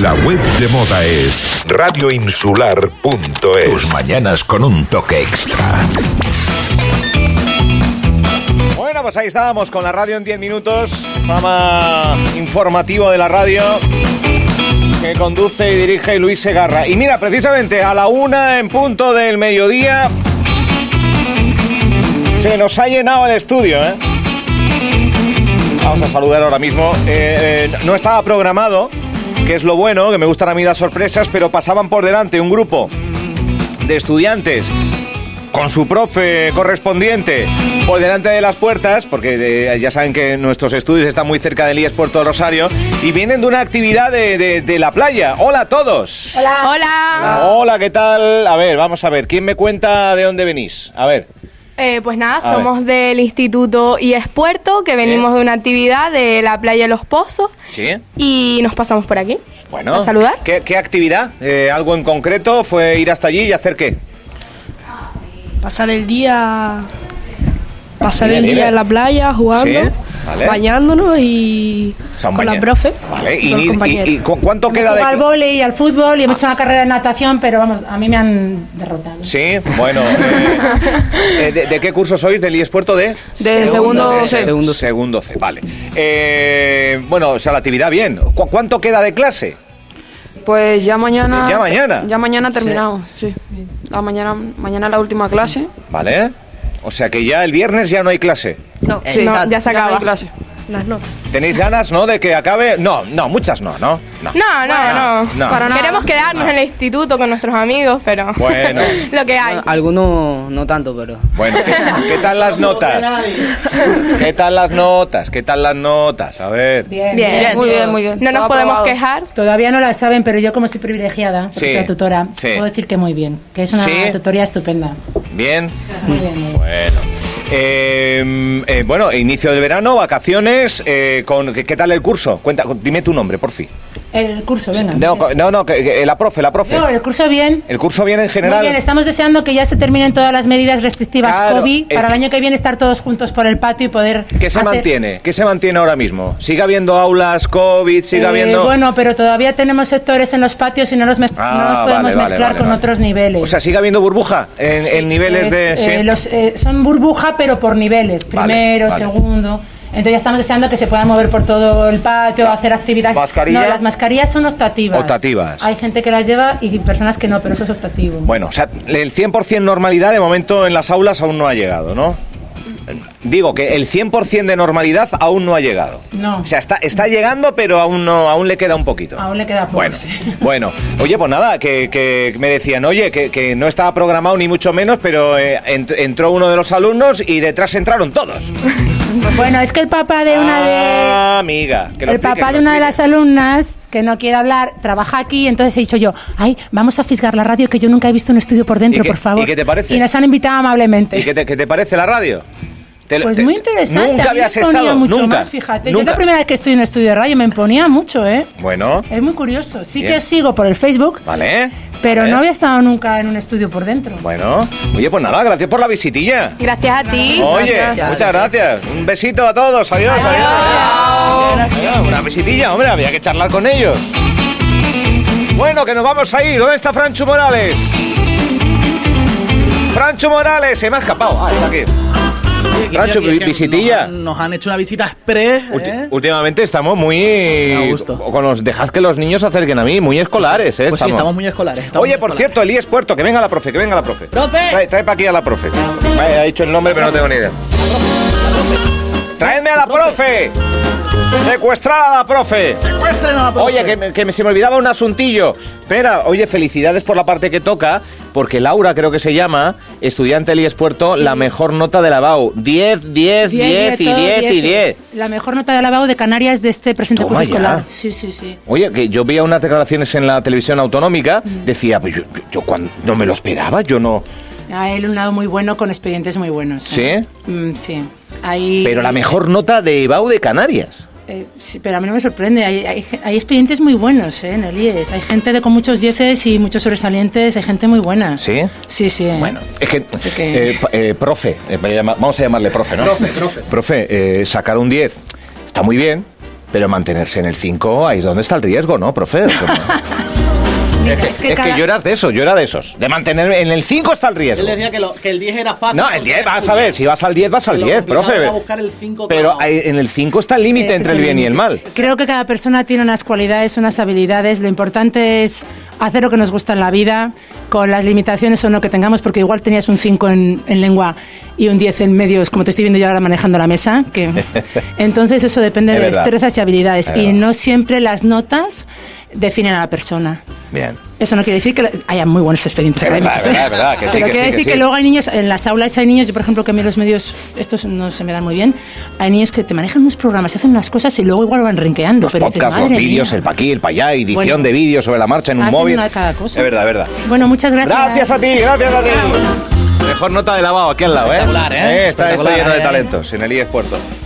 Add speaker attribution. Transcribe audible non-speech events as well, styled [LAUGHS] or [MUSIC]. Speaker 1: La web de moda es radioinsular.es.
Speaker 2: Tus mañanas con un toque extra.
Speaker 3: Bueno, pues ahí estábamos con la radio en 10 minutos. Programa informativo de la radio que conduce y dirige Luis Segarra. Y mira, precisamente a la una en punto del mediodía se nos ha llenado el estudio, ¿eh? Vamos a saludar ahora mismo. Eh, eh, no estaba programado, que es lo bueno, que me gustan a mí las sorpresas, pero pasaban por delante un grupo de estudiantes con su profe correspondiente por delante de las puertas, porque eh, ya saben que nuestros estudios están muy cerca del IES Puerto Rosario, y vienen de una actividad de, de- de la playa. Hola a todos.
Speaker 4: Hola.
Speaker 5: Hola.
Speaker 3: Hola, ¿qué tal? A ver, vamos a ver, ¿quién me cuenta de dónde venís? A ver.
Speaker 5: Eh, pues nada,
Speaker 3: A
Speaker 5: somos del Instituto IES Puerto, que venimos de una actividad de la playa Los Pozos
Speaker 3: Sí.
Speaker 5: y nos pasamos por aquí.
Speaker 3: Bueno.
Speaker 5: ¿A saludar?
Speaker 3: ¿Qué, qué actividad? Eh, ¿Algo en concreto? ¿Fue ir hasta allí y hacer qué?
Speaker 4: Pasar el día. Pasar
Speaker 3: Día
Speaker 4: el
Speaker 3: libre.
Speaker 4: día en la playa, jugando,
Speaker 3: Sí, vale.
Speaker 4: bañándonos y.
Speaker 3: San
Speaker 4: con la
Speaker 3: Bañez.
Speaker 4: profe.
Speaker 3: Vale,
Speaker 4: con
Speaker 3: ¿Y,
Speaker 4: los
Speaker 3: y-
Speaker 4: compañeros.
Speaker 3: y- y cu- cuánto queda
Speaker 6: Juego al
Speaker 3: de.?
Speaker 6: vóley y al fútbol y hemos hecho una carrera de natación, pero vamos, a mí me han derrotado.
Speaker 3: Sí, bueno. eh, eh, ¿de, de qué curso sois? ¿Del IES Puerto de?
Speaker 5: Del segundo Segundo C. C.
Speaker 3: Segundo C. vale. Eh, bueno, o sea, la actividad bien. ¿Cu- ¿Cuánto queda de clase?
Speaker 7: Pues ya mañana.
Speaker 3: ¿Ya mañana?
Speaker 7: Ya mañana terminamos, sí. La mañana, mañana la última clase.
Speaker 3: Vale. O sea que ya el viernes ya no hay clase.
Speaker 4: No,
Speaker 7: Sí,
Speaker 5: No, Ah, ya se
Speaker 7: no hay
Speaker 5: acaba.
Speaker 7: clase.
Speaker 4: las no.
Speaker 3: ¿Tenéis ganas, no? De que acabe. No, no, muchas no, ¿no? No.
Speaker 5: No, no,
Speaker 3: Bueno,
Speaker 5: no.
Speaker 3: no. Para
Speaker 7: nada.
Speaker 5: Queremos quedarnos en el instituto con nuestros amigos, pero [LAUGHS]
Speaker 3: Bueno.
Speaker 5: lo que hay.
Speaker 7: ah,
Speaker 8: Algunos no tanto, pero.
Speaker 3: Bueno, ¿qué, qué tal las notas? ¿Qué tal las notas? ¿Qué tal las notas? A ver.
Speaker 6: Bien.
Speaker 5: Bien.
Speaker 7: Muy bien, muy bien.
Speaker 5: No nos
Speaker 7: Todo
Speaker 5: podemos
Speaker 7: aprobado.
Speaker 5: quejar.
Speaker 6: Todavía no la saben, pero yo como soy privilegiada, porque
Speaker 3: Sí,
Speaker 6: soy tutora,
Speaker 3: sí.
Speaker 6: puedo decir que muy bien, que es una
Speaker 3: Sí.
Speaker 6: tutoría estupenda.
Speaker 3: Bien.
Speaker 6: Muy bien, muy bien.
Speaker 3: Bueno. Eh, eh, bueno, inicio del verano, vacaciones. eh, con, ¿qué, qué tal el curso? Cuenta, dime tu nombre, por fin.
Speaker 6: El curso, venga.
Speaker 3: No, co- no, no, que- que la profe, la profe.
Speaker 6: No, el curso bien.
Speaker 3: El curso viene en
Speaker 6: Muy
Speaker 3: general.
Speaker 6: bien, estamos deseando que ya se terminen todas las medidas restrictivas
Speaker 3: Claro,
Speaker 6: COVID para
Speaker 3: eh,
Speaker 6: el año que viene estar todos juntos por el patio y poder.
Speaker 3: ¿Qué se
Speaker 6: hacer-
Speaker 3: mantiene? ¿Qué se mantiene ahora mismo? ¿Sigue habiendo aulas COVID? ¿Sigue
Speaker 6: Eh,
Speaker 3: habiendo...?
Speaker 6: Bueno, pero todavía tenemos sectores en los patios y no los, mez-
Speaker 3: Ah,
Speaker 6: no los podemos
Speaker 3: vale, vale,
Speaker 6: mezclar
Speaker 3: vale,
Speaker 6: con
Speaker 3: vale.
Speaker 6: otros niveles.
Speaker 3: O sea, ¿sigue habiendo burbuja en, en niveles
Speaker 6: Es,
Speaker 3: de...?
Speaker 6: eh,
Speaker 3: sí?
Speaker 6: los, eh, son burbuja, pero por niveles.
Speaker 3: Vale,
Speaker 6: Primero,
Speaker 3: vale.
Speaker 6: segundo. Entonces ya estamos deseando que se puedan mover por todo el patio, hacer actividades.
Speaker 3: ¿Mascarilla?
Speaker 6: No, las mascarillas son optativas.
Speaker 3: Optativas.
Speaker 6: Hay gente que las lleva y personas que no, pero eso es optativo.
Speaker 3: Bueno, o sea, el 100% normalidad de momento en las aulas aún no ha llegado, ¿no? Digo que el 100% de normalidad aún no ha llegado.
Speaker 6: No.
Speaker 3: O sea, está, está llegando, pero aún no, aún le queda un poquito.
Speaker 6: Aún le queda poco,
Speaker 3: Bueno,
Speaker 6: sí.
Speaker 3: [LAUGHS] bueno. Oye, pues nada, que, que me decían, oye, que, que no estaba programado ni mucho menos, pero eh, ent- entró uno de los alumnos y detrás entraron todos.
Speaker 6: [LAUGHS] Bueno, es que el papá de una de...
Speaker 3: Ah, amiga. que lo
Speaker 6: el
Speaker 3: explique,
Speaker 6: papá
Speaker 3: que lo
Speaker 6: de una de
Speaker 3: explique.
Speaker 6: las alumnas que no quiere hablar trabaja aquí, entonces he dicho yo, ay, vamos a fisgar la radio que yo nunca he visto un estudio por dentro,
Speaker 3: ¿Y qué-
Speaker 6: por favor.
Speaker 3: y qué te parece?
Speaker 6: Y nos han invitado amablemente.
Speaker 3: ¿Y qué te, qué te parece la radio? Te lo-
Speaker 6: Pues
Speaker 3: te-
Speaker 6: muy interesante. a mí
Speaker 3: Nunca
Speaker 6: me
Speaker 3: habías
Speaker 6: imponía
Speaker 3: estado,
Speaker 6: mucho
Speaker 3: nunca.
Speaker 6: más, fíjate. Yo
Speaker 3: nunca.
Speaker 6: la primera vez que estoy en un estudio de radio me imponía mucho, ¿eh?
Speaker 3: Bueno,
Speaker 6: Es muy curioso. Sí
Speaker 3: Bien.
Speaker 6: que os sigo por el Facebook,
Speaker 3: vale.
Speaker 6: pero
Speaker 3: vale.
Speaker 6: no había estado nunca en un estudio por dentro.
Speaker 3: Bueno, oye, pues nada, gracias por la visitilla.
Speaker 5: Gracias a ti.
Speaker 3: Oye, muchas gracias. Un besito a todos. Adiós, adiós. Adiós, Una visitilla, hombre, había que charlar con ellos. Bueno, que nos vamos a ir. ¿Dónde está Franchu Morales? Franchu Morales, se me ha escapado. Ah, está aquí.
Speaker 9: ¿Eh?
Speaker 3: Franchu, vi- visitilla.
Speaker 9: Nos han, nos han hecho una visita express.
Speaker 3: Ulti-
Speaker 9: ¿eh?
Speaker 3: Últimamente estamos
Speaker 9: me
Speaker 3: muy.
Speaker 9: da gusto.
Speaker 3: Con los, dejad que los niños se acerquen a mí, muy escolares, ¿eh?
Speaker 9: Pues sí, estamos muy escolares. estamos
Speaker 3: Oye,
Speaker 9: muy
Speaker 3: por
Speaker 9: escolares.
Speaker 3: cierto, Elías Puerto, que venga la profe, que venga la profe.
Speaker 9: ¡Profe!
Speaker 3: Trae, trae para aquí a la profe. Vale, ha dicho el nombre, pero no tengo ni idea. ¡Traedme a la profe! ¡Secuestrada la profe!
Speaker 9: Secuestren a la profe.
Speaker 3: Oye, que, me- que me- se me olvidaba un asuntillo. Espera, oye, felicidades por la parte que toca, porque Laura, creo que se llama, estudiante del IES Puerto, la mejor nota de la BAU. 10, 10, 10 y
Speaker 6: todo
Speaker 3: 10 y 10.
Speaker 6: dieces. La mejor nota de lavado de Canarias de este presente
Speaker 3: Toma
Speaker 6: curso
Speaker 3: ya.
Speaker 6: escolar. Sí, sí, sí.
Speaker 3: Oye, que yo veía unas declaraciones en la televisión autonómica, decía, pues yo, yo- yo cuando no me lo esperaba, yo no.
Speaker 6: Hay alumnado muy bueno con expedientes muy buenos. ¿eh? Mm, sí. Hay-
Speaker 3: Pero la mejor nota de Ibau de Canarias.
Speaker 6: Eh, sí, pero a mí no me sorprende. Hay, hay, hay expedientes muy buenos ¿eh? en el IES. Hay gente de, con muchos dieces y muchos sobresalientes. Hay gente muy buena.
Speaker 3: ¿Sí?
Speaker 6: Sí, sí.
Speaker 3: Bueno, es que,
Speaker 6: Así que-
Speaker 3: eh, pa- eh, profe, eh, voy a llamar- vamos a llamarle profe, ¿no? Profe, profe. Profe, eh, sacar un 10 está muy bien, Pero mantenerse en el 5, ahí es donde está el riesgo, ¿no, profe? Es como-
Speaker 6: Mira,
Speaker 3: es que, es que yo eras de esos, yo era de esos. De mantenerme en el 5 está el
Speaker 9: Él
Speaker 3: riesgo.
Speaker 9: decía que, lo- que el 10 era fácil.
Speaker 3: No, el 10 vas a ver, si vas al 10 vas al
Speaker 9: Lo
Speaker 3: 10,
Speaker 9: complicado
Speaker 3: profe.
Speaker 9: era buscar el cinco
Speaker 3: Pero
Speaker 9: clavado.
Speaker 3: ahí en el 5 está el límite
Speaker 6: Eh, Ese
Speaker 3: entre
Speaker 6: es
Speaker 3: el bien y el
Speaker 6: límite.
Speaker 3: mal.
Speaker 6: Creo que cada persona tiene unas cualidades, unas habilidades. Lo importante es hacer lo que nos gusta en la vida, con las limitaciones o no que tengamos, porque igual tenías un 5 en, en lengua y un 10 en medios, como te estoy viendo yo ahora manejando la mesa.
Speaker 3: [LAUGHS]
Speaker 6: Que... Entonces eso depende
Speaker 3: Es
Speaker 6: de
Speaker 3: verdad.
Speaker 6: destrezas y habilidades.
Speaker 3: Es
Speaker 6: Y
Speaker 3: verdad.
Speaker 6: no siempre las notas definen a la persona.
Speaker 3: Bien.
Speaker 6: Eso no quiere decir que haya muy buenos expedientes
Speaker 3: Es verdad,
Speaker 6: académicos.
Speaker 3: es verdad, es
Speaker 6: ¿eh?
Speaker 3: verdad, que sí,
Speaker 6: Pero
Speaker 3: que
Speaker 6: quiere
Speaker 3: sí, que
Speaker 6: decir que,
Speaker 3: sí.
Speaker 6: luego hay niños, en las aulas hay niños, yo por ejemplo que a mí los medios, estos no se me dan muy bien, hay niños que te manejan unos programas, hacen unas cosas y luego igual van rinqueando.
Speaker 3: Los
Speaker 6: pero dices,
Speaker 3: podcasts, los
Speaker 6: madre
Speaker 3: vídeos,
Speaker 6: mía.
Speaker 3: el pa' aquí, el pa' allá, edición
Speaker 6: Bueno.
Speaker 3: de vídeos sobre la marcha en un
Speaker 6: Hacen
Speaker 3: móvil.
Speaker 6: una de cada cosa.
Speaker 3: Es verdad, es verdad.
Speaker 6: Bueno, muchas gracias.
Speaker 3: Gracias a ti, gracias a ti. Mejor nota de lavado aquí al lado, ¿eh?
Speaker 9: Espectacular, ¿eh?
Speaker 3: está, está
Speaker 9: Espectacular,
Speaker 3: lleno de
Speaker 9: ¿eh?
Speaker 3: talentos en el IES Puerto.